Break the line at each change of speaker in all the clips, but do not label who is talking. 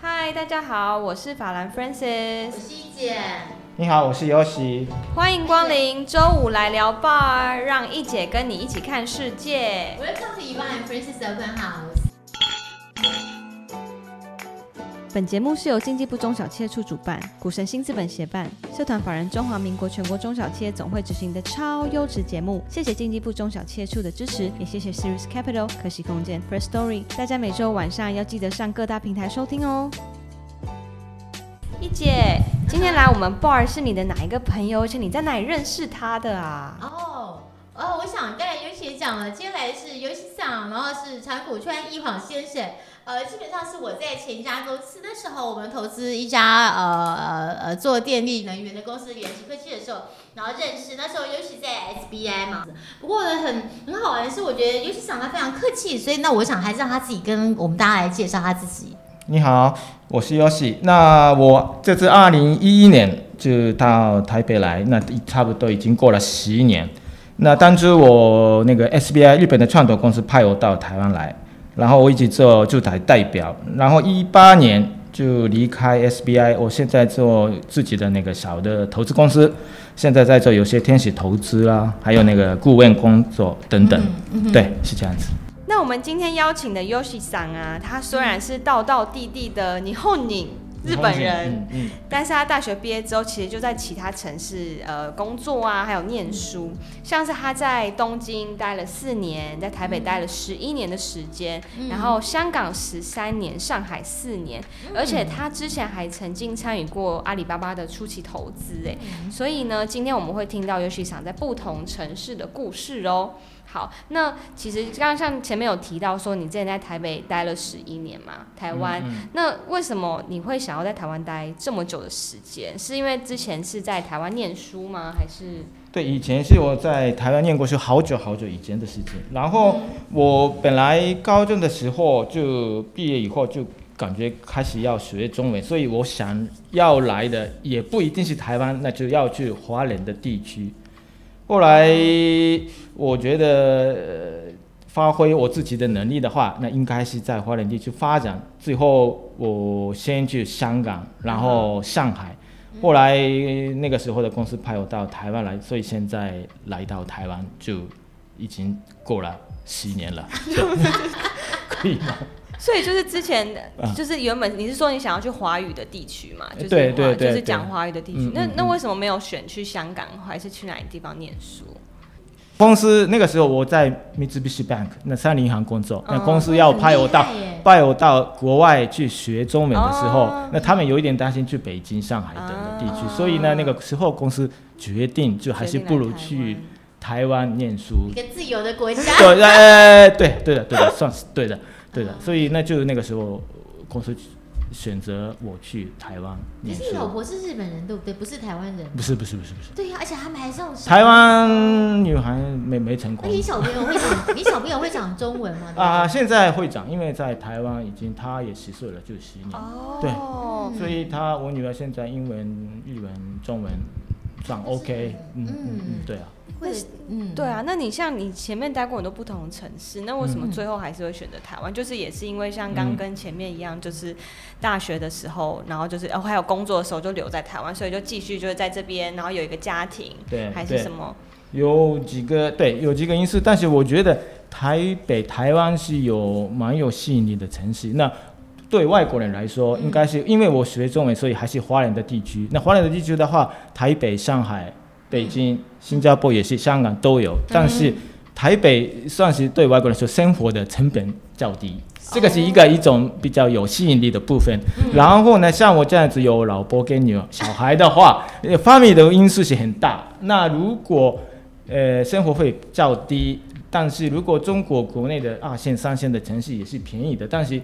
嗨，大家好，我是法兰 Francis，
我是一姐，
你好，我是尤喜。
欢迎光临周五来聊 bar，让一姐跟你一起看世界。
Welcome to Ivan Francis Open House。
本节目是由经济部中小企业处主办，股神新资本协办，社团法人中华民国全国中小企业总会执行的超优质节目。谢谢经济部中小企业处的支持，也谢谢 Series Capital 可喜空间 First Story。大家每周晚上要记得上各大平台收听哦。一姐，今天来我们 bar 是你的哪一个朋友？而且你在哪里认识他的啊？
哦哦，我想刚才尤其也讲了，接下来是尤其桑，然后是长谷川一晃先生。呃，基本上是我在前一家公司的时候，我们投资一家呃呃呃做电力能源的公司联席科技的时候，然后认识。那时候尤其在 SBI 嘛，不过呢很很好玩的是，我觉得尤其桑他非常客气，所以那我想还是让他自己跟我们大家来介绍他自己。
你好，我是尤喜。那我这次二零一一年就到台北来，那差不多已经过了十一年。那当初我那个 SBI 日本的创投公司派我到台湾来，然后我一直做驻台代表，然后一八年就离开 SBI，我现在做自己的那个小的投资公司，现在在做有些天使投资啦、还有那个顾问工作等等。
嗯嗯
对，是这样子。
那我们今天邀请的 Yoshi 桑啊，他虽然是道道地地的你后宁日本人，
嗯，嗯
但是他大学毕业之后，其实就在其他城市呃工作啊，还有念书。像是他在东京待了四年，在台北待了十一年的时间，然后香港十三年，上海四年，而且他之前还曾经参与过阿里巴巴的初期投资，哎，所以呢，今天我们会听到尤其想在不同城市的故事哦。好，那其实刚刚像前面有提到说，你之前在台北待了十一年嘛，台湾，那为什么你会想要在台湾待这么久的时间？是因为之前是在台湾念书吗？还是
对，以前是我在台湾念过书，好久好久以前的事情。然后我本来高中的时候就毕业以后就感觉开始要学中文，所以我想要来的也不一定是台湾，那就要去华人的地区。后来我觉得、呃发挥我自己的能力的话，那应该是在华人地区发展。最后我先去香港，然后上海。后来那个时候的公司派我到台湾来，所以现在来到台湾就已经过了十年了， 可以吗？
所以就是之前
啊
就是原本你是说你想要去华语的地区嘛，就是
对
华
对对
就是
对
讲华语的地区
嗯。
那
嗯
那
嗯
为什么没有选去香港还是去哪里地方念书？
公司那个时候我在 Mitsubishi Bank 那三菱银行工作，那公司要派我到
哦很厉害耶
派我到国外去学中文的时候，
哦
那他们有一点担心去北京、上海等的地区，
哦
啊
所以呢，那个时候公司决定就还是
决定来
不如
台
去
湾
台湾念书
一个自由的国家。
对，呃，对，对的，对的，算是对的，对
哦
的。所以那就那个时候，公司选择我去台湾
可
念
是你老
书。
婆是日本人，对不对？不是台湾人。
不是不是不是不是，
对呀、而且他们还上手
台。湾女孩没没成
那
功
你小朋友会讲，你小朋友会讲中文吗？
啊、现在会长，因为在台湾已经她也十岁了，就十年，对
哦，
所以她我女儿现在英文、日文、中文算
都是
OK，嗯嗯
嗯
嗯，对啊。
会，嗯，
对啊，那你像你前面待过很多不同的城市，那为什么
嗯
最后还是会选择台湾？就是也是因为像刚
嗯
跟前面一样，就是大学的时候，然后就是哦还有工作的时候就留在台湾，所以就继续就是在这边，然后有一个家庭，
对
还是
对
什么？
有几个对，有几个因素，但是我觉得台北、台湾是有蛮有吸引力的城市。那对外国人来说，应该是因为我学中文，所以还是华人的地区。那华人的地区的话，台北、上海、北京、新加坡也是，香港都有。但是台北算是对外国人说生活的成本较低，这个是一个一种比较有吸引力的部分。然后呢，像我这样子有老婆跟女儿、小孩的话，呃 family 的因素是很大。那如果呃生活费较低，但是如果中国国内的二线、三线的城市也是便宜的，但是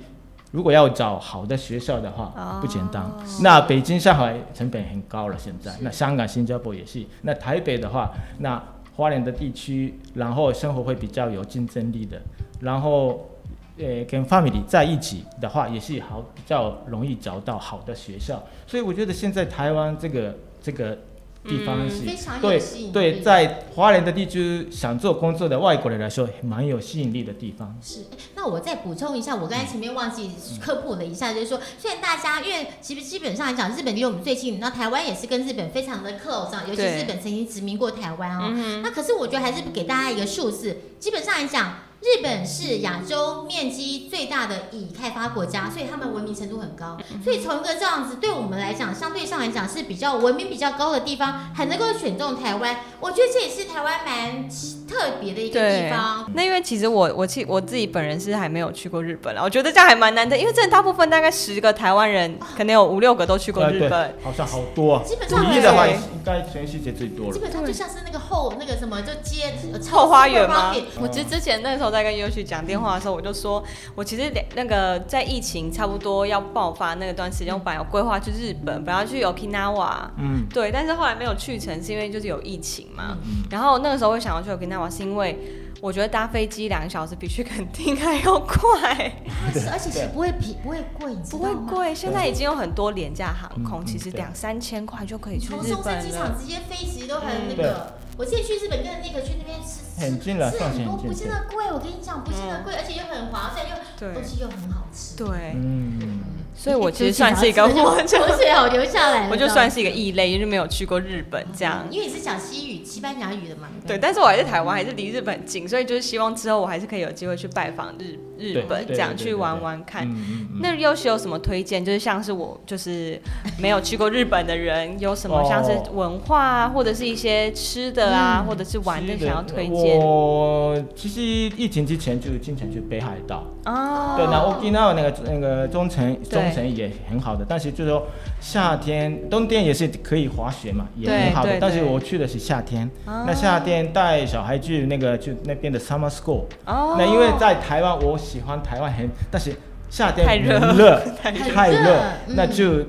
如果要找好的学校的
哦
话，不简单。那北京、上海成本很高了，现在
是。
那香港、新加坡也是。那台北的话，那花莲的地区，然后生活会比较有竞争力的，然后。呃，跟 family 在一起的话，也是好比较容易找到好的学校，所以我觉得现在台湾这个这个地方是、
非常有
对
吸引力。
对，在华人的地区想做工作的外国人来说，蛮有吸引力的地方。
是，诶那我再补充一下，我
嗯
刚才前面忘记科普了一下，就是说，虽然大家因为其实基本上来讲，日本离我们最近，那台湾也是跟日本非常的 close 啊，尤其
对
日本曾经殖民过台湾哦。
嗯
那可是我觉得还是给大家一个数字，基本上来讲，日本是亚洲面积最大的已开发国家，所以他们文明程度很高。
嗯
所以从一个这样子对我们来讲，相对上来讲是比较文明比较高的地方，还能够选中台湾，我觉得这也是台湾蛮奇特别的一个地
对
方。
那因为其实我我其我自己本人是还没有去过日本啦，我觉得这样还蛮难的，因为真的大部分大概十个台湾人，可能有五六个都去过
呃
日
对
本。
好像好多啊。
基本上
统一
对
的话，应该全世界最多
基
了。
本上就像是那个后那个什么，就街呃
后花园吗
supermarket？
我其实之前那个时候在跟优旭讲电话的时候，我就说，我其实两那个在疫情差不多要爆发那个段时间，我本来有规划去日本，本来要去 Okinawa，
嗯，
对，但是后来没有去成，是因为就是有疫情嘛。
嗯
然后那个时候会想要去 Okinawa，是因为我觉得搭飞机两个小时比去垦丁还要快。
它是而且是不会比不会贵，你知
不
道
会
吗。
贵，现在已经有很多廉价航空，
嗯
其实
嗯对
两三千块就可以去
从
日
松山
本
机
了。
场直接飞，其实都很那
对
个。我之前去日本跟那个去那边吃吃
很近了
吃
算
很多，
很近
不见得贵。我跟你讲，不见得贵，而且又很划算，又
对
东西又很好吃。
对，
嗯，
所以我其实算 是一个，
哎
我就
口水好流下来了。
我就算是一个异类，就是没有去过日本这样。
因为你是讲西语、西班牙语的嘛。应该
对，但是我还在台湾，还是离日本近，所以就是希望之后我还是可以有机会去拜访日日
对
本，
对
这样
对对
去
对
玩
对
玩看。
嗯嗯嗯
那又是有什么推荐？就是像是我就是没有去过日本的人，有什么像是
哦
文化啊，或者是一些吃的啊，
嗯
或者是玩的
是
想要推荐
我其实疫情之前就经常去北海道，
哦
对，那
我
Okinawa 那个那个中城
对
中城也很好的，但是就是说夏天、冬天也是可以滑雪嘛，也很好
对
的
对。
但是
对
我去的是夏天，
哦
那夏天带小孩去那个去那边的 summer school，
哦，
那因为在台湾，我喜欢台湾很，但是夏 天
太热
很热，
太
太
热
热
嗯，
那就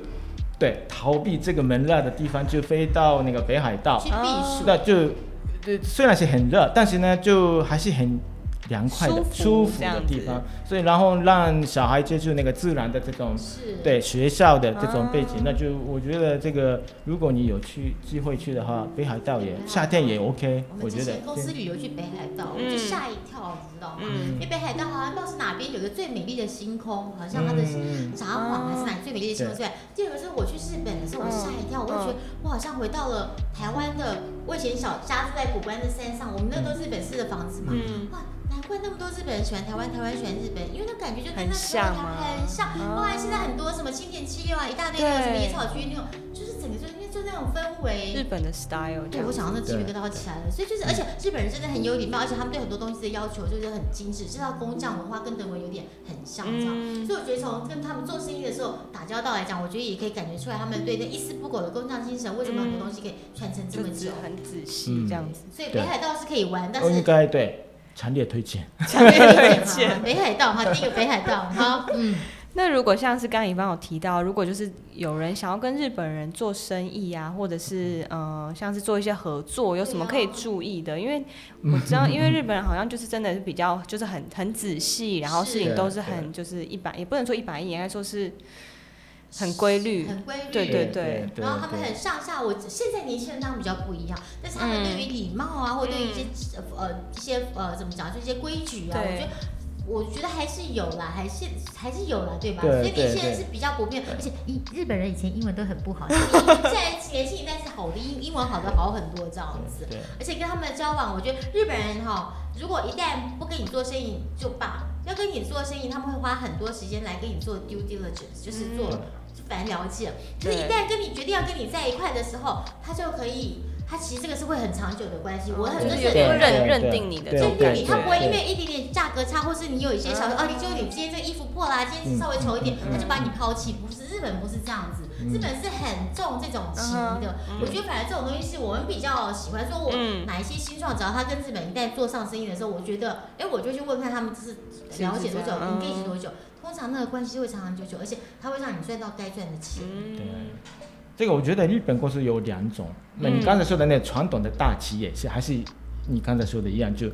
对逃避这个闷热的地方，就飞到那个北海道
去，避暑。
那就呃虽然是很热，但是呢就还是很凉快的、
舒服
舒服
这样
的
子
地方，所以然后让小孩接触那个自然的这种。
是。
对学校的这种背景，
啊
那就我觉得这个，如果你有去机会去的话，北海道也夏天也 OK，
我
我
们
觉
之
得
前公司旅游去北海道，我就
嗯
吓一跳，你知道吗？因
嗯，
哎为北海道好像不知道是哪边有个最美丽的星空，好像它的
嗯
札幌还是哪最美丽的星空
对
之外，第二个是我去日本的时候，我吓一跳，我就觉得我好像回到了台湾的。我以前小家住在古关的山上，我们那都日本式的房子嘛，
嗯
哇，难怪那么多日本人喜欢台湾，台湾喜欢日本，因为那感觉就跟那
很
时候
像
台湾
吗
很像。
哦
哇，现在很多什么青田七六啊，一大堆那个什么
对
野草居那种，就是整个就那就那种氛围。
日本的 style 这
对，
样
我
子。
想到那鸡皮疙瘩起来了，所以就是，而且日本人真的很有礼貌，而且他们对很多东西的要求就是很精致，这道工匠文化跟德文有点很像，这样。
嗯，
所以我觉得从跟他们做生意的时候打交道来讲，我觉得也可以感觉出来他们对那一丝不苟的工匠精神，为什么很多东西可以传承这
就
么
只
久。
很仔细这样子。
所以北海道是可以玩，但
应
是
该对，强烈推荐。
强烈
推
荐
荐
北海道哈，第一个北海道哈，嗯，
那如果像是刚才乙方有提到，如果就是有人想要跟日本人做生意啊，或者是
嗯
呃，像是做一些合作，有什么可以注意的？因为我知 道，因为日本人好像就是真的是比较就是很很仔细，然后事情
是
都是
对
很就是一板，也不能说一板一眼，应该说是很规律。
很规律，
对对对
对
然后他们
对
很上下，我现在年轻人当然比较不一样，但是他们
嗯
对于礼貌啊，
嗯
或对于一些呃一些呃怎么讲，就一些规矩啊，我
对
觉得。我觉得还是有啦，还是还是有啦，对吧？
对
所以年
对
轻人
对
是比较普遍，而且日日本人以前英文都很不 好，所以现在年轻一代是好的英英文好的好很多这样子。
对，
而且跟他们的交往，我觉得日本人哈、如果一旦不跟你做生意就罢，要跟你做生意，他们会花很多时间来跟你做 due diligence，就是做
嗯
反了解。就是一
对
旦跟你决定要跟你在一块的时候，他就可以，他其实这个是会很长久的关系。我很
就
多
是
时
有
候
点
会
认
认。
认定你的这
对
就
种
是
感
你，
觉。
他不会因为一点点价格差，或是你有一些小哦，你就你今天这个衣服破啦，今天稍微丑一点，他就把你抛弃。不是日本不是这样子，日本是很重这种情的。
嗯
我觉得反而这种东西是我们比较喜欢，说我
嗯
哪一些新创，只要他跟日本一旦做上生意的时候，我觉得，哎，我就去问看他们就是了
是
解多久
不是这样嗯
，engage 多久，通常那个关系会长长久久，而且他会让你赚到该赚的钱。
嗯
对，这个我觉得日本公司有两种，那你
嗯
刚才说的那个传统的大企业是还是你刚才说的一样，就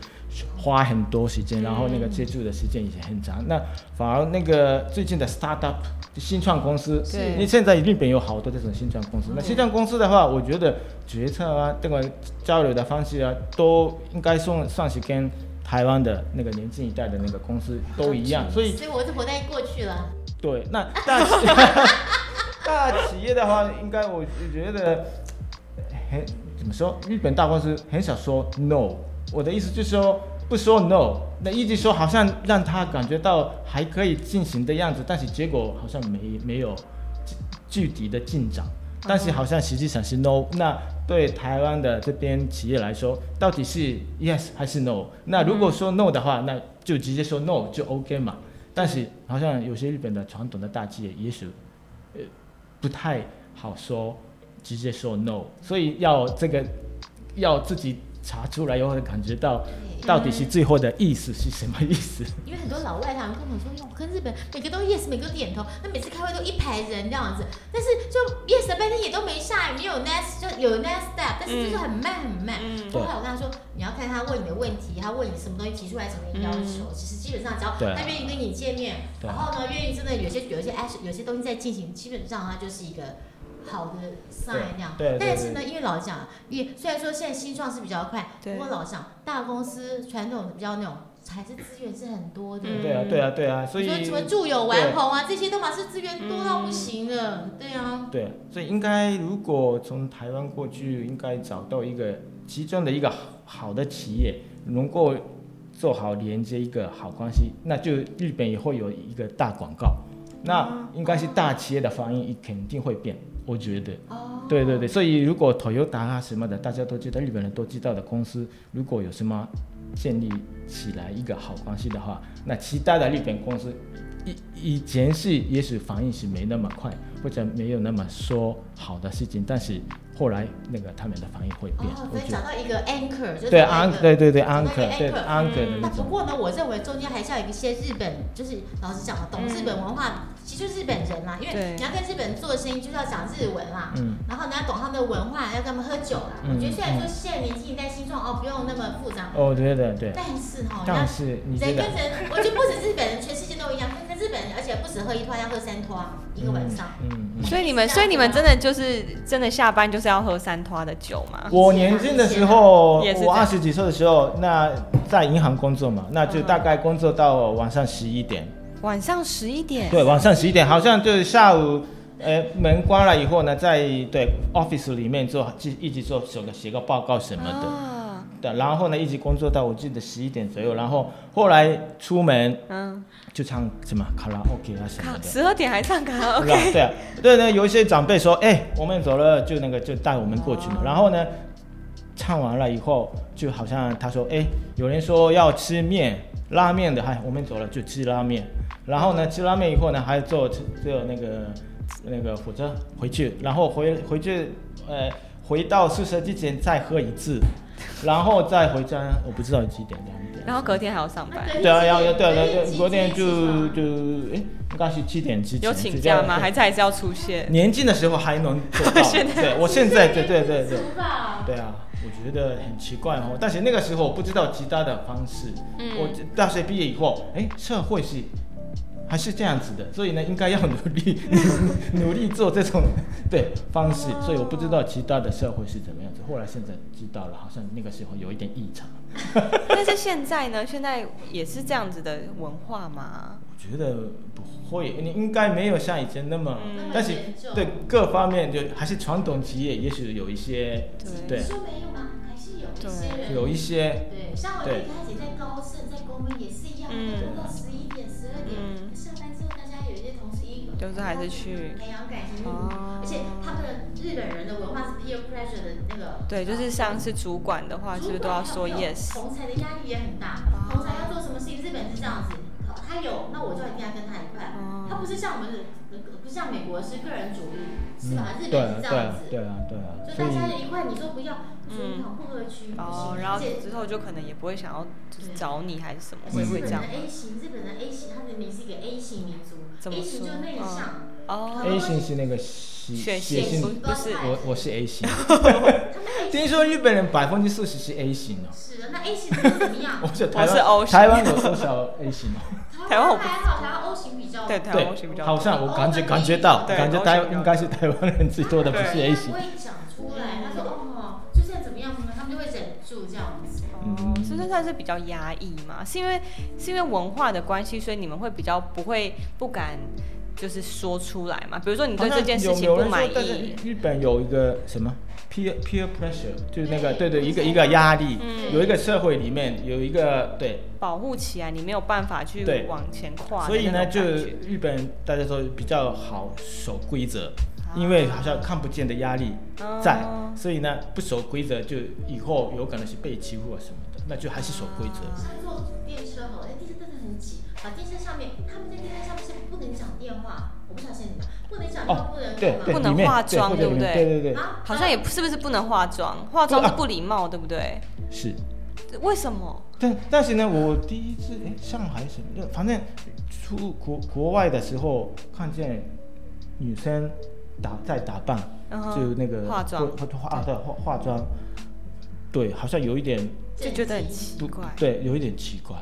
花很多时间，
嗯
然后那个接触的时间也很长。那反而那个最近的 startup 就新创公司，
是
因为现在日本有好多这种新创公司。那新创公司的话，我觉得决策啊，这个交流的方式啊，都应该算算是跟台湾的那个年轻一代的那个公司都一样，所以
所以我就活在过去了。
对，那大企 大企业的话，应该我觉得很怎么说？日本大公司很少说 no。我的意思就是说，不说 no，那一直说好像让他感觉到还可以进行的样子，但是结果好像没没有具具体的进展。但是好像实际上是 no。那对台湾的这边企业来说，到底是 yes 还是 no？那如果说 no 的话，那就直接说 no 就 OK 嘛。但是好像有些日本的传统的大企业，也许呃不太好说，直接说 no，所以要这个要自己查出来以后，感觉到
对
到底是最后的意思是什么意思。
因为很多老外他们跟我说，哟，我跟日本每个都 yes，每个都点头，那每次开会都一排人这样子，但是就 yes 了半天也都没下，没有 next 就有 next step，但是就是很慢很慢。
嗯
后来我跟他说，你要看他问你的问题，他问你什么东西提出来，什么东西要求，其实基本上只要
对
他愿意跟你见面，
对啊
然后呢愿意真的有些有些 action 有些东西在进行，基本上它就是一个。好的 sign 那样，
对对对
但是呢，因为老实讲，因为虽然说现在新创是比较快，
对
不过老实讲，大公司传统比较那种还是资源是很多的，
嗯
对啊，对啊，对啊，所
你
以
说什么住友玩红啊，这些都嘛是资源多到不行的，对啊。
对，所以应该如果从台湾过去，应该找到一个其中的一个好的企业，能够做好连接一个好关系，那就日本也会有一个大广告。
嗯
那应该是大企业的反应肯定会变，我觉得。
哦，
对对对，所以如果 Toyota 啊什么的，大家都知道，日本人都知道的公司，如果有什么建立起来一个好关系的话，那其他的日本公司以以前是也许反应是没那么快，或者没有那么说好的事情，但是后来那个他们的反应会变，
哦，所
我
以
觉
找
得
到一个 anchor，就是
对
找到一
an
个
对对对
找到一
anchor
个
对
anchor
anchor 的那
那不
种，
过呢，我认为中间还是要有一些日本，就是老实讲了，懂
嗯
日本文化，其实就是日本人啦，因为
对
你要跟日本人做生意，就是要讲日文啦。
嗯，
然后你要懂他们的文化，要跟他们喝酒啦。
嗯
我觉得虽然说现在年轻一代新创哦不用那么复杂，
我觉得哦对，
但是哈，你要
但是你觉
人
得
跟人，我觉得不止日本人，全世界都一样。跟跟日本人，而且不止喝一拖，要喝三拖一个晚上。
嗯嗯。嗯
所以你们，所以你们真的就是真的下班就是要喝三拖的酒吗？
我年轻的时候，
啊也是这
我
样
二十几岁的时候，那在银行工作嘛，那
嗯
就大概工作到晚上十一点。
晚上十一点，哦
对，晚上十一点，好像就是下午，呃，门关了以后呢，在对 office 里面做，一一直做写个写个报告什么的。
啊，
对，然后呢，一直工作到我记得十一点左右，然后后来出门
嗯，
就唱什么卡拉 OK 啊什么
卡
的。
十二点还唱卡拉
是吧
OK，
对啊，对呢，有一些长辈说，哎、我们走了，就那个就带我们过去
哦
嘛。然后呢，唱完了以后，就好像他说，哎、有人说要吃面，拉面的，嗨，我们走了就吃拉面。然后呢，吃拉面以后呢，还坐坐那个那个火车回去，然后回回去，呃，回到宿舍之前再喝一次，然后再回家，我不知道几点两点。
然后隔天还要上班，
那
对啊，要要对啊，
隔天
对啊
几
昨
几
天
几
就
嘛
就哎，应该是七点之前
有请
直接
假吗？还是还是要出现？
年轻的时候还能做到，
现在
对我现在对对对对
知足吧
对啊，我觉得很奇怪哦。但是那个时候我不知道其他的方式，
嗯
我大学毕业以后，哎，社会是还是这样子的，所以呢，应该要努力 努努力做这种对方式，所以我不知道其他的社会是怎么样子。后来现在知道了，好像那个时候有一点异常。
但是现在呢？现在也是这样子的文化吗？
我觉得不会，你应该没有像以前那么，
嗯
但是对各方面就还是传统企业，也许有一些
对
你说没有吗？还是有一些
对
人
有一些
对，像我一开始在高盛、在公司也是一样，
嗯
工作到十一点、十二点，
嗯
下班之后大家有一些同事一
就是还是去
培养感情，
哦
而且他们的日本人的文化是 peer pressure 的那个，
对，就是像是主管的话，是不是都要说 yes？哦
同才的压力也很大，同才要做什么事情，日本是这样子，好他有，那我就一定要跟他一块
哦。
他不是像我们的，不是像美国是个人主义，是吧？
嗯
日
对
本
啊
是这
对
样
啊
子，
对啊对啊，
就
所
大
以
家一块，你说不要，你说你好不合群，不
哦
行，。
然后
而且
之后就可能也不会想要就是找你还是什么，
而且
会
嗯
不会
日
这
本
样
的？A 型，日本的 A 型，他的名是一个 A 型民族
怎么
，A 型
说
就内
啊
向，
哦，
A 型是那个血
血
血
型
型，
不不是
我我是 A 型，
他们
听说日本人百分之四十是 A 型哦，
是的，那 A 型的怎么样
我？觉得台
我是 O
湾
型
台湾有多少 A 型哦？
台湾我不
还好，台湾 O 型比较
对台湾 O 型比
对，
较
好
多。
像我感觉感觉到，
对
感觉
O 型
台
比较
应该是台湾人最多的，不是 A 型
不。会讲出来，他说哦，就算怎么样，他们就会忍住这样子。
哦，
嗯
所以这算是比较压抑嘛？是因为是因为文化的关系，所以你们会比较不会不敢就是说出来嘛？比如说你对这件事情
好像有
不满
有人说
意，
但是日本有一个什么 peer peer pressure，就是那个
对
对对一个一个压力，
嗯
有一个社会里面有一个对，
保护起来，你没有办法去
对
往前跨的那种感觉。
所以呢，就日本大家说比较好守规则
啊，
因为好像看不见的压力在
哦，
所以呢不守规则就以后有可能是被欺负啊什么的，那就还是守规则。
像坐电车好了，哎那电车真的很挤，啊，电车上面他们在电车上面是不能讲电话，我不相信你们，不能讲电话，
哦
不能，
对
干
对，
不
嘛？
能
里面
化妆
对或者里面
对
对
不
对对，
啊
好像也不是不是不能化妆，化妆
对
是
啊
不礼貌，对不对？
是。
为什么？
但但是呢，我第一次哎，上海什么，反正出国国外的时候，看见女生打在打扮，
嗯哼
就那个
化妆
化化啊对化化妆，对，好像有一点
就觉得很奇
不
怪。
对，有一点奇怪。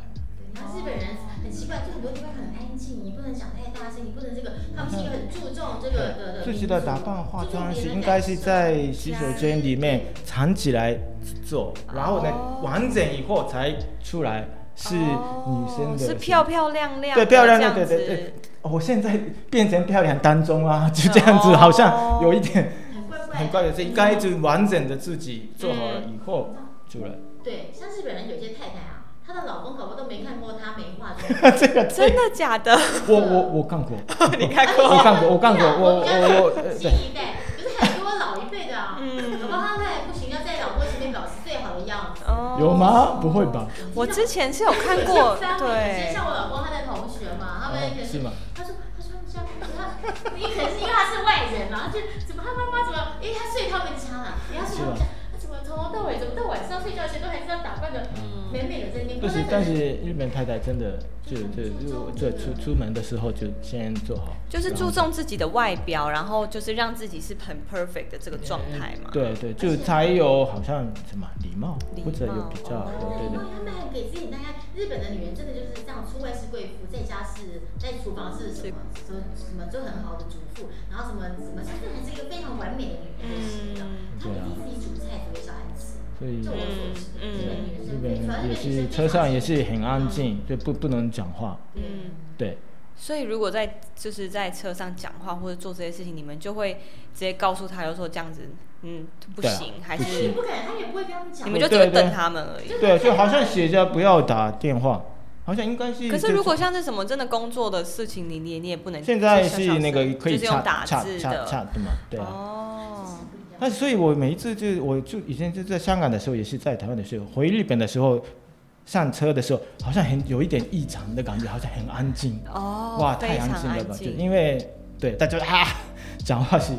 然后日本人很奇怪，就很多地方很安静，你不能讲太大声，你不能这个，他们是一个很注重这个的的。
自己的打扮化妆是
是
应该是在洗手间里面藏起来做，然后呢
哦
完整以后才出来是女生
哦
的
是
什么
漂漂亮亮的
对，漂亮
这
的，
样
对对
子
对。我现在变成漂亮当中啊，就这样
哦
子，好像有一点
很怪怪，
很怪的，是应该就完整的自己做好
嗯
了以后出 来。
对，像日本人有些太太啊，她的老公搞不好都没看过她没化妆。
这个
真的假的？
我我我看过，
你看过？
我看过，我看过，我
比较
我我呃
新
对，
一代，就是很多老一辈的啊，
嗯
搞不好他们也不行，要在老公前面表示最好的样子。
哦
有吗？不会吧？
我之前是有看
有
过
些，family，有
对，
些像我老公他的同学嘛，他们可能
哦是吗？
他说他说这样，他你可能是因为他是外人嘛，他就怎么他妈妈怎么，因为他睡他们家啦，人家睡他们家，他怎么从头到尾怎么到晚上睡觉前都还是要打扮的美美的在那边。
不是，但是日本太太真的就就就就
就
出出门的时候就先做好，
就是注重自己的外表，然后就是让自己是很 perfect 的这个状态嘛。
对对，就才有好像什么礼貌
礼，
或者有
貌哦
比较
他
对对。
们很给自己大家，日本的女人真的就是这样，出外是贵妇，在家是在厨房是什么
嗯
什么什么就很好的主妇，然后什么什么，就是还是一个非常完美的女人型的。
嗯
她
啊
们一定自己煮菜给小孩吃，
所以
就我所知，
嗯
日本女人是
日本
非常
人也是车上也是很安。
嗯
静，就不不能讲话。
嗯，
对，
所以如果在就是在车上讲话或者做这些事情，你们就会直接告诉他，就说这样子，嗯，不
对啊
行，还
但是
是
也不可能，她也不会跟他们讲。
你们就只会
对对
等他们而已。
对，就好像写着不要打电话，好像应该是。
可是如果像是什么真的工作的事情，你你你也不能
现在
就像
是那个可以
就是用
查
打
查
字
查
的
查的嘛，对啊。
哦，
那所以，我每一次就我就以前就在香港的时候，也是在台湾的时候，回日本的时候，上车的时候，好像很有一点异常的感觉，好像很安静。
哦，
哇，太
非常
安静了
安
吧？就
静。
因为对大家啊， 讲话是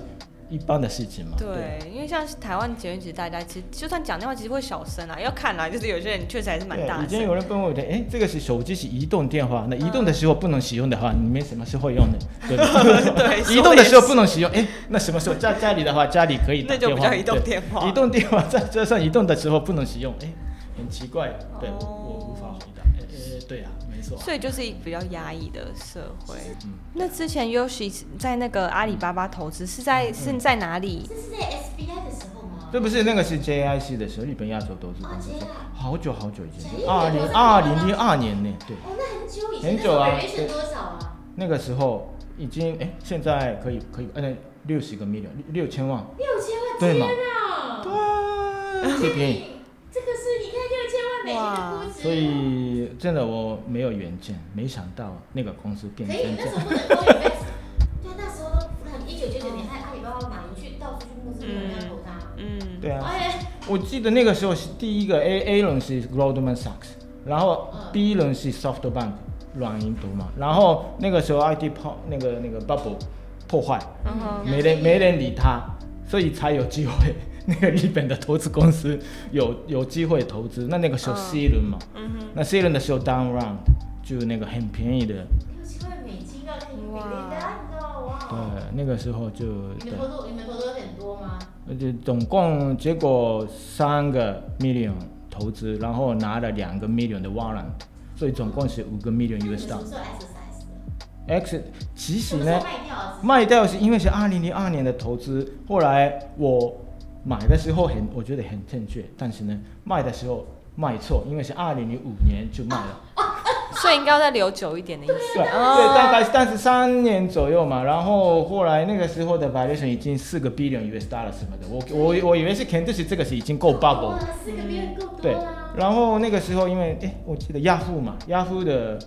一般的事情嘛。
对，因为像是台湾节目，其实大家其实就算讲电话，其实会小声啊，要看啊，就是有些人确实还是蛮
对，
大嗯
以前
声。
有人问我的，哎，这个是手机是移动电话，那移动的时候不能使用的话，你们什么时候用 呢？对吧，
对，
移动的时候
说
不能使用，哎，那什么时候在家里的话，家里可以打
那就
电
不
话。
叫移动
对
电话
移动电话在车上移动的时候不能使用，哎，很奇怪，对
哦
我我无法回答。哎哎，哎对啊，没错
也
啊
是，所以就是比较压抑的社会。
嗯
那之前 Yoshi 在那个阿里巴巴投资是
嗯
在是在哪里？
这是在 SBI 的时候吗？
这不是那个是 JIC 的时候，日本亚洲投资公司
哦这样，
好久好久以前，
前一
二
年
零
我在
二
台
零
湾
零二年呢，对，
哦，那很久以前，
很久啊
那时候 valuation 多少啊？
那个时候已经哎，现在可以可以，嗯，六十个 million 六千万。
六千万，
对嘛
天啊！
对，最便宜。
这个是你看六千万美金的估值，
所以真的我没有远见，没想到那个公司变
可以
成
你
这
哎那时候不能
样。
光有 invest，对，那时候那一九九九年，还阿里巴巴马云去到处去募资，没有人要投他。
嗯，
对啊，
哎，
我记得那个时候是第一个 A A 轮是 Goldman Sachs，然后
嗯
B 轮是 SoftBank 软银毒嘛，然后那个时候 IT 泡那个那个 bubble 破坏，
嗯哼，
没人没人理他，所以才有机会。那个日本的投资公司有有机会投资，那那个时候
嗯
C 轮嘛，
嗯哼，
那 C 轮的时候 down round 就那个很便宜的
六千万美金啊，可以比林达，你知道吗？哦，
那个时候就
你
对
们，投资你们投资很多吗？
而且总共结果三个 million 投资，然后拿了两个 million 的 warrant，所以总共是五个 million
那你
US
什
dollar
么。时候 exercise 的？
X 其实
什么时
呢
候，卖掉啊？
卖掉是因为是二零零二年的投资，后来我买的时候很我觉得很正确，但是呢卖的时候卖错，因为是二零零五年就卖了。
所以应该要再留久一点的意思。
对对，大概但是三年左右嘛，然后后来那个时候的 valuation 已经四个 billion US dollar 什么的，我我我以为是肯定是这个是已经够 bubble，
哇四个月够多
对
啦，。
然后那个时候因为哎我记得雅虎嘛，雅虎的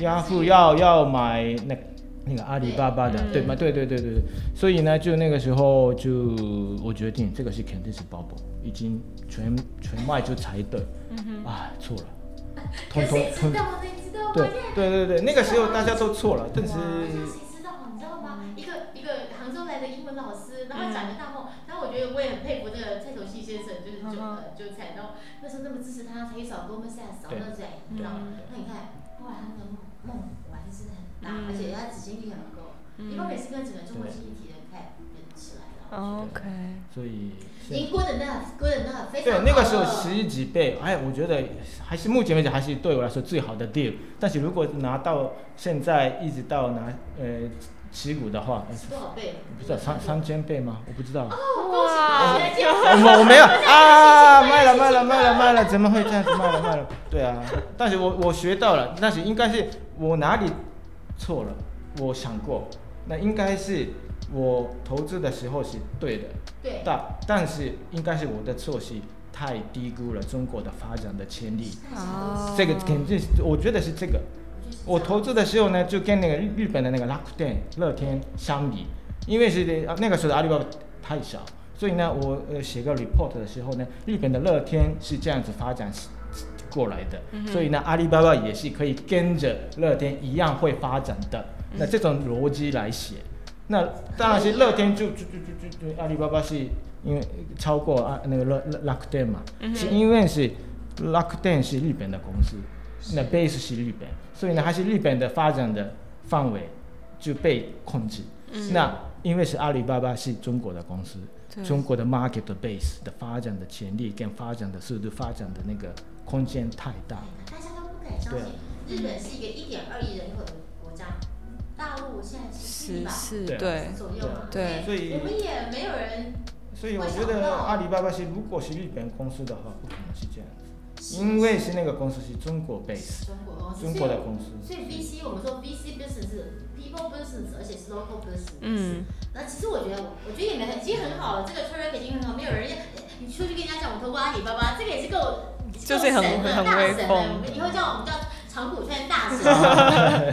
雅虎要要买那那个阿里巴巴的
嗯
对吗？对对对对对，所以呢就那个时候就我决定这个是肯定是 bubble，已经全全卖就才对，啊错了，通
可
通
谁
通
知。道呢？你知道吗？
对
因为
对对对，那个时候大家都错了，但是
好像谁知道吗？你知道吗？一个一个杭州来的英文老师，然后讲个大
嗯
梦，然后我觉得我也很佩服那个蔡崇信先生，就是就
嗯哼
呃就才到那时候那么支持他，才去找 Goldman Sachs，然后
对啊
那
对
时候然后那你看，后来他那个梦梦完真的很大，
嗯
而且他执行力很够，
嗯哦
一方面是跟整个中国经济体的看人起来了，
OK，
所以
已经 good enough，good enough，非
对
常
那个时候
好了
十几倍，哎，我觉得还是目前为止还是对我来说最好的 deal。但是如果拿到现在一直到拿呃持股的话，呃
是多少倍？
不知道三三千倍吗？我不知道，
哦，恭喜你来见我
我我没有啊，卖了卖了卖了卖了，怎么会这样子卖了卖了？对啊，但是我我学到了，但是应该是我哪里错了，我想过，那应该是我投资的时候是对的，
对，
但但是应该是我的错是太低估了中国的发展的潜力。
哦
这个肯定是，我觉得是这个。我投资的时候呢，就跟那个日日本的那个楽天、乐天相比，因为是呃那个时候的阿里巴巴太小，所以呢，我呃写个 report 的时候呢，日本的乐天是这样子发展过来的，
嗯哼
所以呢，阿里巴巴也是可以跟着乐天一样会发展的。
嗯
那这种逻辑来写，那当然是乐天就就就就就就阿里巴巴是因为超过啊那个乐乐乐天嘛，
嗯哼
是因为是乐天是日本的公司，那 base 是日本，所以呢还是日本的发展的范围就被控制。
嗯
那因为是阿里巴巴是中国的公司，
嗯
对
中国的 market base 的发展的潜力跟发展的速度、发展的那个空间太大了。
大家都不敢相信，日本是一个一点二亿人口的国家，大陆现在是
十
吧
四
对
对，
左右嘛，
对
所以
我们也没有人
所以我觉得阿里巴巴是如果是日本公司的话，不可能是这样子，因为是那个公司是中国 base，
中国公司，
中国的公司。
哦所以 VC 我们说 VC business 是 people business，而且是 local business。
嗯。
那其实我觉得，我觉得也没很，已经很好了，这个 track 已经很好，没有人家你出去跟人家讲我投过阿里巴巴，这个也是够，
就是很
够神了
很
大
威
神了
风
我们以后叫我们叫长谷川大神。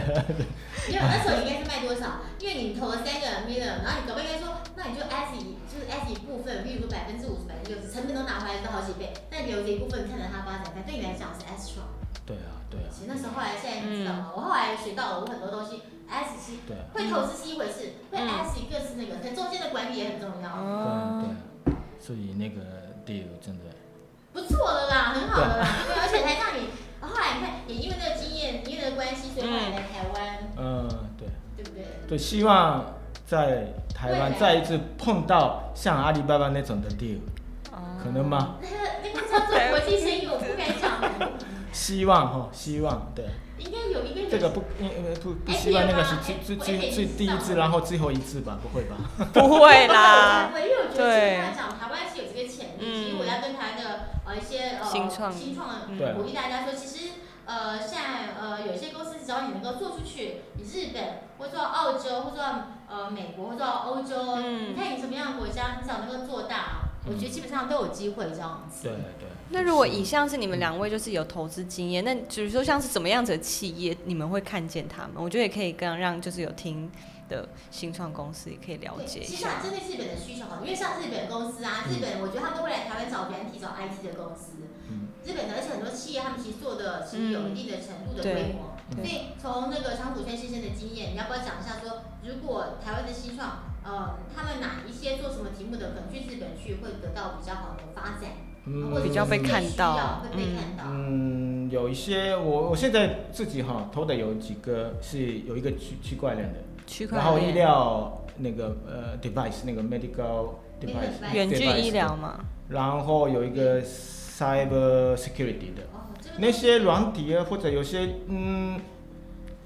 因为那时候你应该是卖多少？因为你投了三个 million，然后你搞不好应该说，那你就 as 一就是 as 一部分，比如说百分之五十、百分之六十，成本都拿回来都好几倍，那你留着一部分看着它发展，反正对你来讲是 extra。
对啊，对啊，
其实那时候后来现在你知道
嗯
吗？我后来学到了我很多东西，S 是
对啊，
会投资是一回事，会
嗯
S 一个是那个，可中间的管理也很重要。
对啊，对
哦
啊，所以那个 deal 真的，
不错的啦，很好的啦，因为而且还让你哦后来你看也因为那个经验，因为那个关系，所以后来来台湾，
嗯、对，
对不对？
对，希望在台湾
对
再一次碰到像阿里巴巴那种的 deal，可
哦
能吗？
那个那个叫做国际生意，我不敢讲，
希望哈，希望，对，
应该有一个人
这个不，因呃不不
哎
希望
没
那
有
个
吗
是
哎
最最
我也
最
得
最
知
第一
道
次，
了
然后最后一次吧，不会 吧？
哦不会
啦
啦，，
因为我觉得
对嗯
其实讲台湾是有这个潜力，其实我要跟台湾的呃一些呃
新创
新创
嗯
对
鼓励大家说，其实呃现在呃有一些公司只要你能够做出去，你日本或做到澳洲或做到呃美国或做到欧洲，
嗯
你看你什么样的国家，你只要能够做大，我觉得基本上都有机会这样子。
嗯对对。
那如果以上是你们两位就是有投资经验，那比如说像是怎么样子的企业，你们会看见他们？我觉得也可以跟让就是有听的新创公司也可以了
对，
解一
其实
下
啊，。针对日本的需求好，因为像日本公司啊，日本我觉得他们都会来台湾找软体、找 IT 的公司。
嗯
日本的，而且很多企业他们其实做的其实有一定的程度的
嗯对
规模。
对
所以从那个长谷川先生的经验，你要不要讲一下说，如果台湾的新创，呃，他们哪一些做什么题目的，可能去日本去会得到比较好的发展，
嗯
或者
比较被看到
是被需要会被看到。
嗯，有一些我我现在自己哈投的有几个是有一个区区块链的，
区块
然后医
链、
疗那个呃 device 那个 medical device，
远距
device
医疗嘛，
然后有一个 cyber security 的
哦，这个
那些软体啊，或者有些嗯，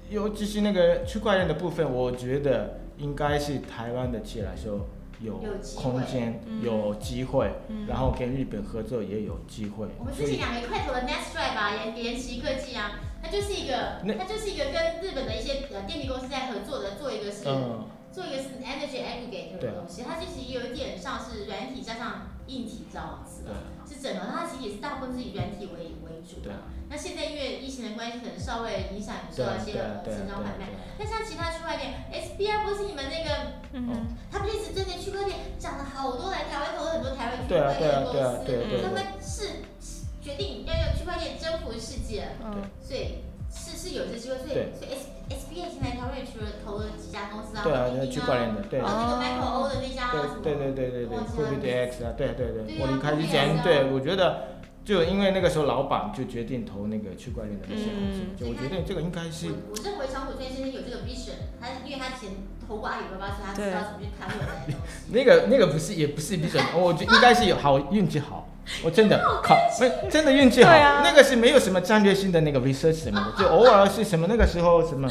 尤其是那个区块链的部分，我觉得应该是台湾的企业来说有
有机会
空间、
嗯
有机会，
嗯
然后跟日本合作也有机会
我，们
所
之前
以
讲一个块头的 Next Drive 啊，研研习科技啊，它就是一个
那
它就是一个跟日本的一些呃电力公司在合作的，做一个是、
嗯，
做一个是 energy aggregate
对
的东西，它其实有一点像是软体加上硬体这样子
对
啊，是整合。它其实也是大部分是以软体为为主
对
的。那现在因为疫情的关系，可能稍微影响受
对
到一
对
些
对
呃
对
成长缓慢。
对，
那像其他区块链，SBI 不是你们那个，
嗯哼，
他们一直针对区块链讲了好多来台湾投了很多台湾区
对啊
块
对
链
啊
公
对啊
司，
对啊对
他
啊对
们
啊，
是是决定要用区块链征服世界，
嗯，
所以是是有这机会，所以
对
所以 S S B A 现在台湾除了投了几家公司啊，
对啊，
网
那
易云
区
啊
块链的，对。
然后那个 Michael O 的那家啊什么，
对对对对对
忘
对，
记
会
了名
不
字
会 X 啊？对对
对
对，
啊
我离开之
会不会 X
前
啊，
对我觉得就因为那个时候老板就决定投那个区块链的那些公司
嗯，
就我觉得这个应该是
我我认为小虎先生有这个 vision，他因为他以前投过阿里巴巴，所以他知道怎么去谈论这些东西。
那个那个不是也不是比较，我觉得应该是有好运气好，我真的靠，没真的运气好，
对啊
那个是没有什么战略性的那个 research 什么的，就偶尔是什么那个时候什么。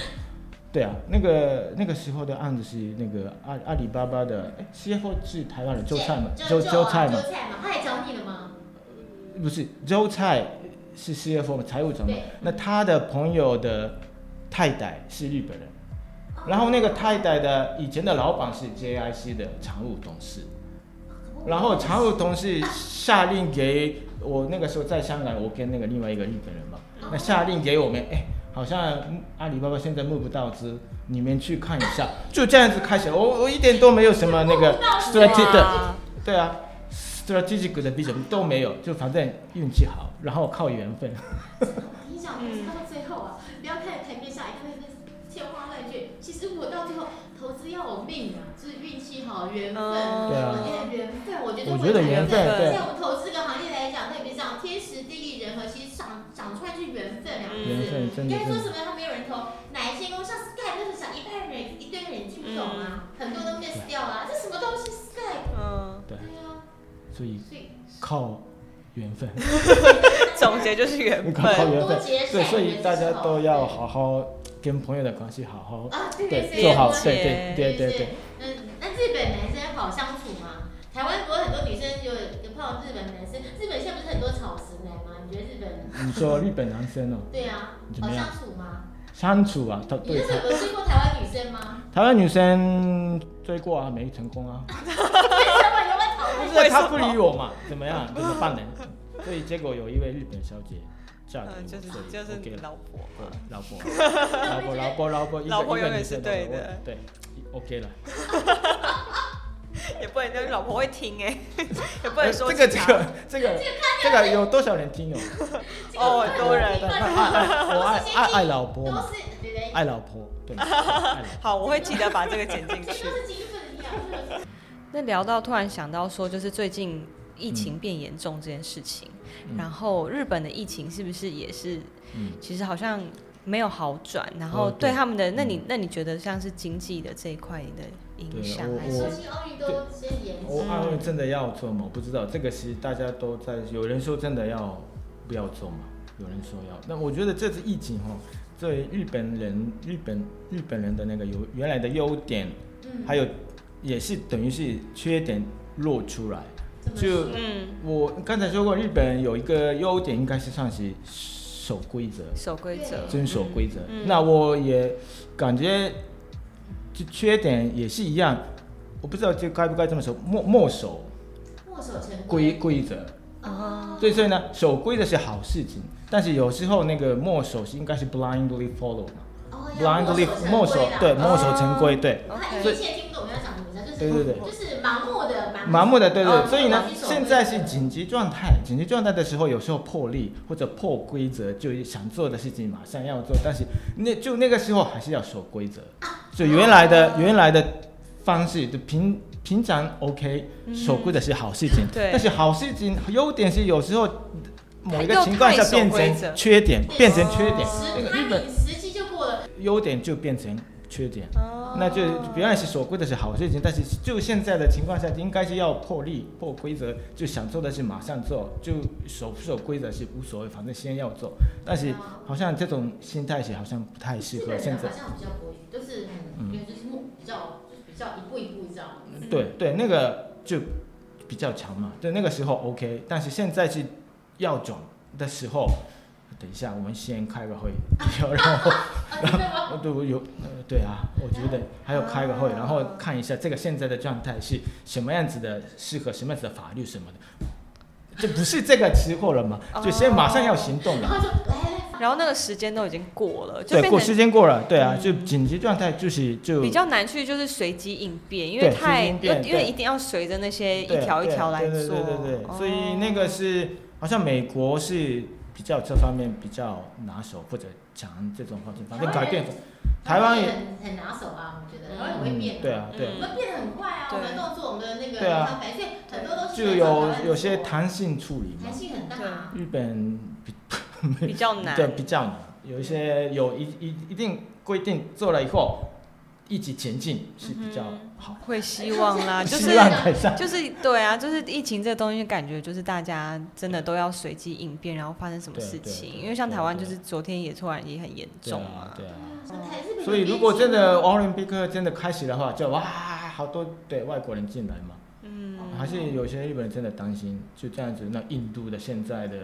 对啊，那个那个时候的案子是那个阿阿里巴巴的哎诶 CFO 是台湾的周蔡嘛，周
啊
周蔡嘛
嘛，，周菜嘛，他也找你了吗？
不是周蔡是 CFO 嘛，财务长嘛
对。
那他的朋友的太太是日本人，
哦
然后
啊
那个太太的以前的老板是 JIC 的常务董事，然后常务董事下令给我那个时候在香港，我跟那个另外一个日本人嘛，那下令给我们，哎，好像阿里巴巴现在募不到资，你们去看一下，就这样子开始，我我一点都没有什么啊那个 strategy 的。
哇
对啊，strategic 的 vision 都没有，就反正运气好，然后靠缘分。
我跟你讲，我是到最后啊，不要看台面上一看那个天花乱坠，其实我到最后投资要我命啊，就是运气好，缘分，
嗯
对啊
哎缘分，我觉得
我觉得
也
缘分
对
在
对
我们投资这个行业来讲，特别像天时地利人和，其实长长出来就是缘分两个
嗯
缘
字。
分
应
真的
该说
是
什么？他没有人投，哪一些公司像 Skype 都是想一半人一堆人听不懂啊，很多都 miss 掉了、这什么东西 Skype？
嗯，
对
对，啊，
所以
所 以
靠缘 分，
总结就是缘
靠靠
分，
缘
多
分。
结善
对，所以
缘
大家
之后
都要
对
好好跟朋友的关系好好
啊，对对
对
对，
做好，
连
对
接
对对对对，
嗯，那日本男生好相处吗？台湾不是很多女生有有碰到日本男生，日本现在不是很多草食男吗？你觉得日本
你说日本男生哦，
对啊，
怎
好
么样
相处吗？
相处啊，他
你
对
那时
台
候有追过台湾女生 吗？
台湾女生追过啊，没成 功啊，
为什么有没有讨
但
论？
是他不理我嘛，怎么样，怎么办呢？ 所以结果有一位日本小姐嫁给
嗯，
我，
就是
所以
就是你
OK 了
老婆
对
嘛，
老婆，老婆，哦老婆，老婆，一个
老婆
一个
永远
女
是
生
对
老婆
的
对，OK 了。
也不能叫你老婆会听哎， 也不
呃
能说
这个
是
这
她
个这个这个有多少人听哦？
这个
哦，很多人
对
爱爱 我爱爱爱老婆
都
嘛，
是对对，
爱老婆，对吗？爱老婆
好，我会记得把这个剪进
这
去
都。是精分一样。
那聊到突然想到说，就是最近疫情变严重这件事情，
嗯
然后日本的疫情是不是也是，
嗯
其实好像没有好转，然后
哦对
对他们的，那你
嗯
那你觉得像是经济的这一块你的影响
对我
还
还
是
说起奥运都先延
我
期，
安慰真的要做吗？我不知道，这个是大家都在，有人说真的要不要做嘛？有人说要，那我觉得这次疫情哈，对日本人、日本日本人的那个有原来的优点，
嗯，
还有也是等于是缺点露出来。
怎么
就
说
嗯
我刚才说过，日本有一个优点，应该是算是守规则，
守规则，
遵守规则。
嗯
那我也感觉，就缺点也是一样，我不知道这该不该这么说，墨墨守
墨守成规
规规则。
啊，
所以所以呢，守规则是好事情，但是有时候那个墨守是应该是 blindly follow 嘛
哦要
，blindly
墨
墨
守
守
成规啦
对
哦
墨守成规对。
他
OK
以前听不懂我要讲什么，就是
对对对
就是盲目的
盲目的对对，
哦
所以呢
盲目，地
现在是紧急状态。紧急状态的时候，有时候破例或者破规则，就想做的事情马上要做，但是那就那个时候还是要守规则。
啊
就原来
哦
的原来的方式，就平平常 OK，守
嗯
规则是好事情。
对
但是好事情优点是有时候某一
又
个情况下
太守
变
规则
成缺点，变成缺点。
哦
那
时
个
他
日本
们时机就过了，
优点就变成缺点。
哦
哦
那就表演是所谓的是好事情，但是就现在的情况下，应该是要破例、破规则，就想做的是马上做，就守不守规则是无所谓，反正先要做。但是好像这种心态是好像不太
嗯
适
日本
合现
人
在
好。像比较国语，都是
嗯
因为就是目比较就是比较一步一步这样。
对对，那个就比较长嘛，对，那个时候 OK，但是现在是要转的时候，等一下我们先开个会，然 后
啊，真的吗？
我对我有呃对啊，我觉得还要开个会，然后看一下这个现在的状态是什么样子的，适合什么样子的法律什么的，就不是这个时候了嘛，
哦
就先马上要行动
然
了。
后就来来
然后那个时间都已经过了，就
对，
变
过时
成
间过了，对啊，
嗯
就紧急状态就是就
比较难去就是随机应变，因为
对随机
太
应变
因为
对
一定要随着那些
对
一条一
对
条来
对对
做，
对对对
哦
所以那个是好像美国是比较这方面比较拿手或者强这种方面，反正改变
哎
台湾也
很很拿手吧，我觉得，然后也会变。
对啊对啊
我们变得很快啊，我
对
们动作，我们的那个
对啊
想法，所以很多都是
就
按照台
有
湾
有些
做
弹性处理嘛
弹，性很大啊。
日本比
比较难，
对比较难，有一些有一一一定规定做了以后，一起前进是比较
嗯
好，
会希望啦，嗯就
希
是
望改善。
就是对啊，就是疫情这东西，感觉就是大家真的都要随机应变，然后发生什么
对
事
对
情。
对
因为像
对
台湾就
对
是昨天也突然也很严
对
重
啊
嘛，，
对啊。
像台日本
所以
也
如果真的哦
变
奥林匹克真的开始的话，就哇，好多对外国人进来嘛，
嗯，
还是有些日本人真的担心，就这样子，那印度的现在的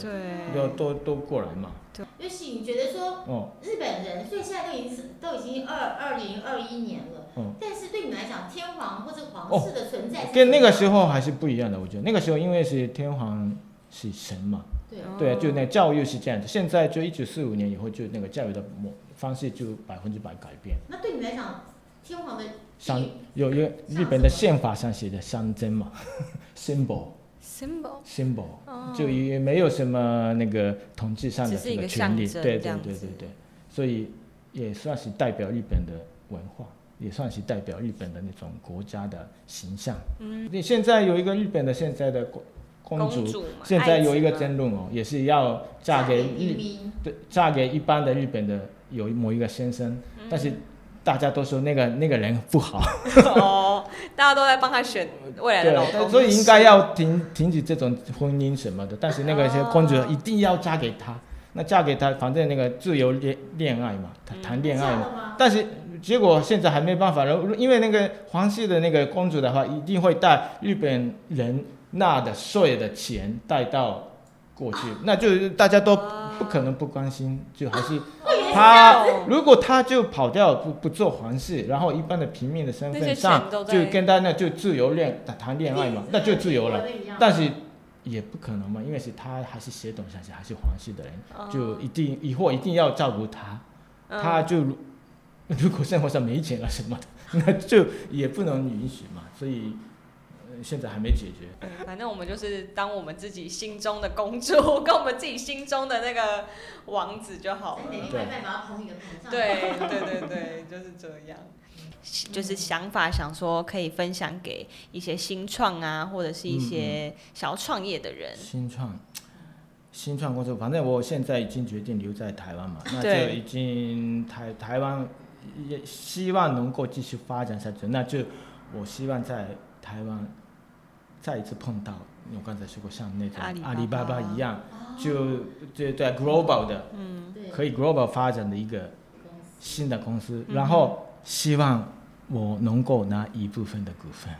对，
要都都过来嘛，
尤其你觉得说
哦，
日本人，所以现在都已经是都已经二二零二一年了，
嗯
但是对你们来讲，天皇或者皇
哦
室的存在是
跟那个时
候
候还是不一样的，我觉得那个时候因为是天皇是神嘛，
对
哦
对，就那教育是这样子，现在就一九四五年以后，就那个教育的模方式就百分之百改变。
那对你们来讲，天皇的
像
地
有一个日本的宪法上写的象征嘛 ，symbol
symbol，
symbol，
哦
就也没有什么那个统治上的
只是
这
一个
权利，
象征
对对
这样
对
子
对对，所以也算是代表日本的文化，也算是代表日本的那种国家的形象。
嗯，
你现在有一个日本的现在的公公
公
主，
主嘛，
现在有一个
爱子嘛
争论哦，也是要嫁给
移
日
民，
对，嫁给一般的日本的有某一个先生，但是大家都说那个那个人不好，
哦，大家都在帮她选未来的老
对，
公，
所以应该要停停止这种婚姻什么的。但是那个些公主一定要嫁给他，那嫁给他，反正那个自由恋恋爱嘛，谈谈恋爱
嫁
嘛。
了吗？
但是结果现在还没办法，然后因为那个皇室的那个公主的话，一定会带日本人纳的税的钱带到过去，那就是大家都不可能不关心，就还是。
我
啊
以为是
他
这样子
如果他就跑掉不不做皇室，然后一般的平民的身
那些
份
钱
上
都，在
就跟他那就自由恋谈谈恋爱嘛，那就自由了。
啊
但是也不可能嘛，因为是他还是血统上是还是皇室的人，
哦
就一定以后一定要照顾他。
嗯
他就 如如果生活上没钱了什么的，那就也不能允许嘛。所以、呃现在还没解决。
嗯反正我们就是当我们自己心中的公主， 跟我们自己心中的那个王子就好了
咱。得另外一半把它捧你的盆 上，
对对对对，就是这样。就是想法想说可以分享给一些新创啊，或者是一些想要创业的人。
新创，新创公司，反正我现在已经决定留在台 湾嘛，那
对
就已经台台湾也希望能够继续发展下去，那就我希望在台湾再一次碰到我刚才说过像那
阿里巴
种
巴
阿里巴巴一样，
哦，
就就在 global 的
嗯，
对
可以 global 发展的一个
公司
新的公司，
嗯
然后希望我能够拿一部分的股份，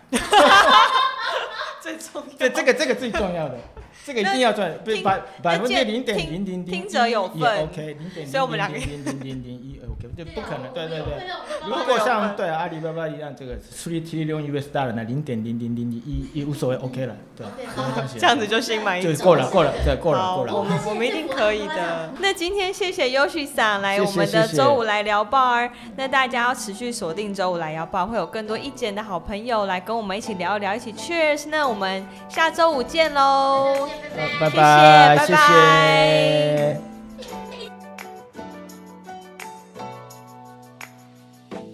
最重要。
对，这个这个最重要的，这个一定要赚，不
听
百百分之
见
零点
听
零零零，
听者有份
也 OK，零点
所以我们两个
零零零零一 OK，就不可能，对对对。
对啊
如果像对阿里巴巴一样，这个 three trillion US dollar 那零点零零零一一无所谓 OK 了，对， 没关系，
嗯这样子就心满意
就
足。
是过了过了，对，过了
好
过
我
了。
们我们一定可以的。那今天谢谢优旭赏来
谢谢
我们的
谢谢
周五来聊 bar，那大家要持续锁定周五来聊 bar，会有更多意见的好朋友来跟我们一起聊一聊，一起 cheers。那我们下周五见喽。
拜拜。
呃
谢
拜拜，
谢
谢
拜拜
谢。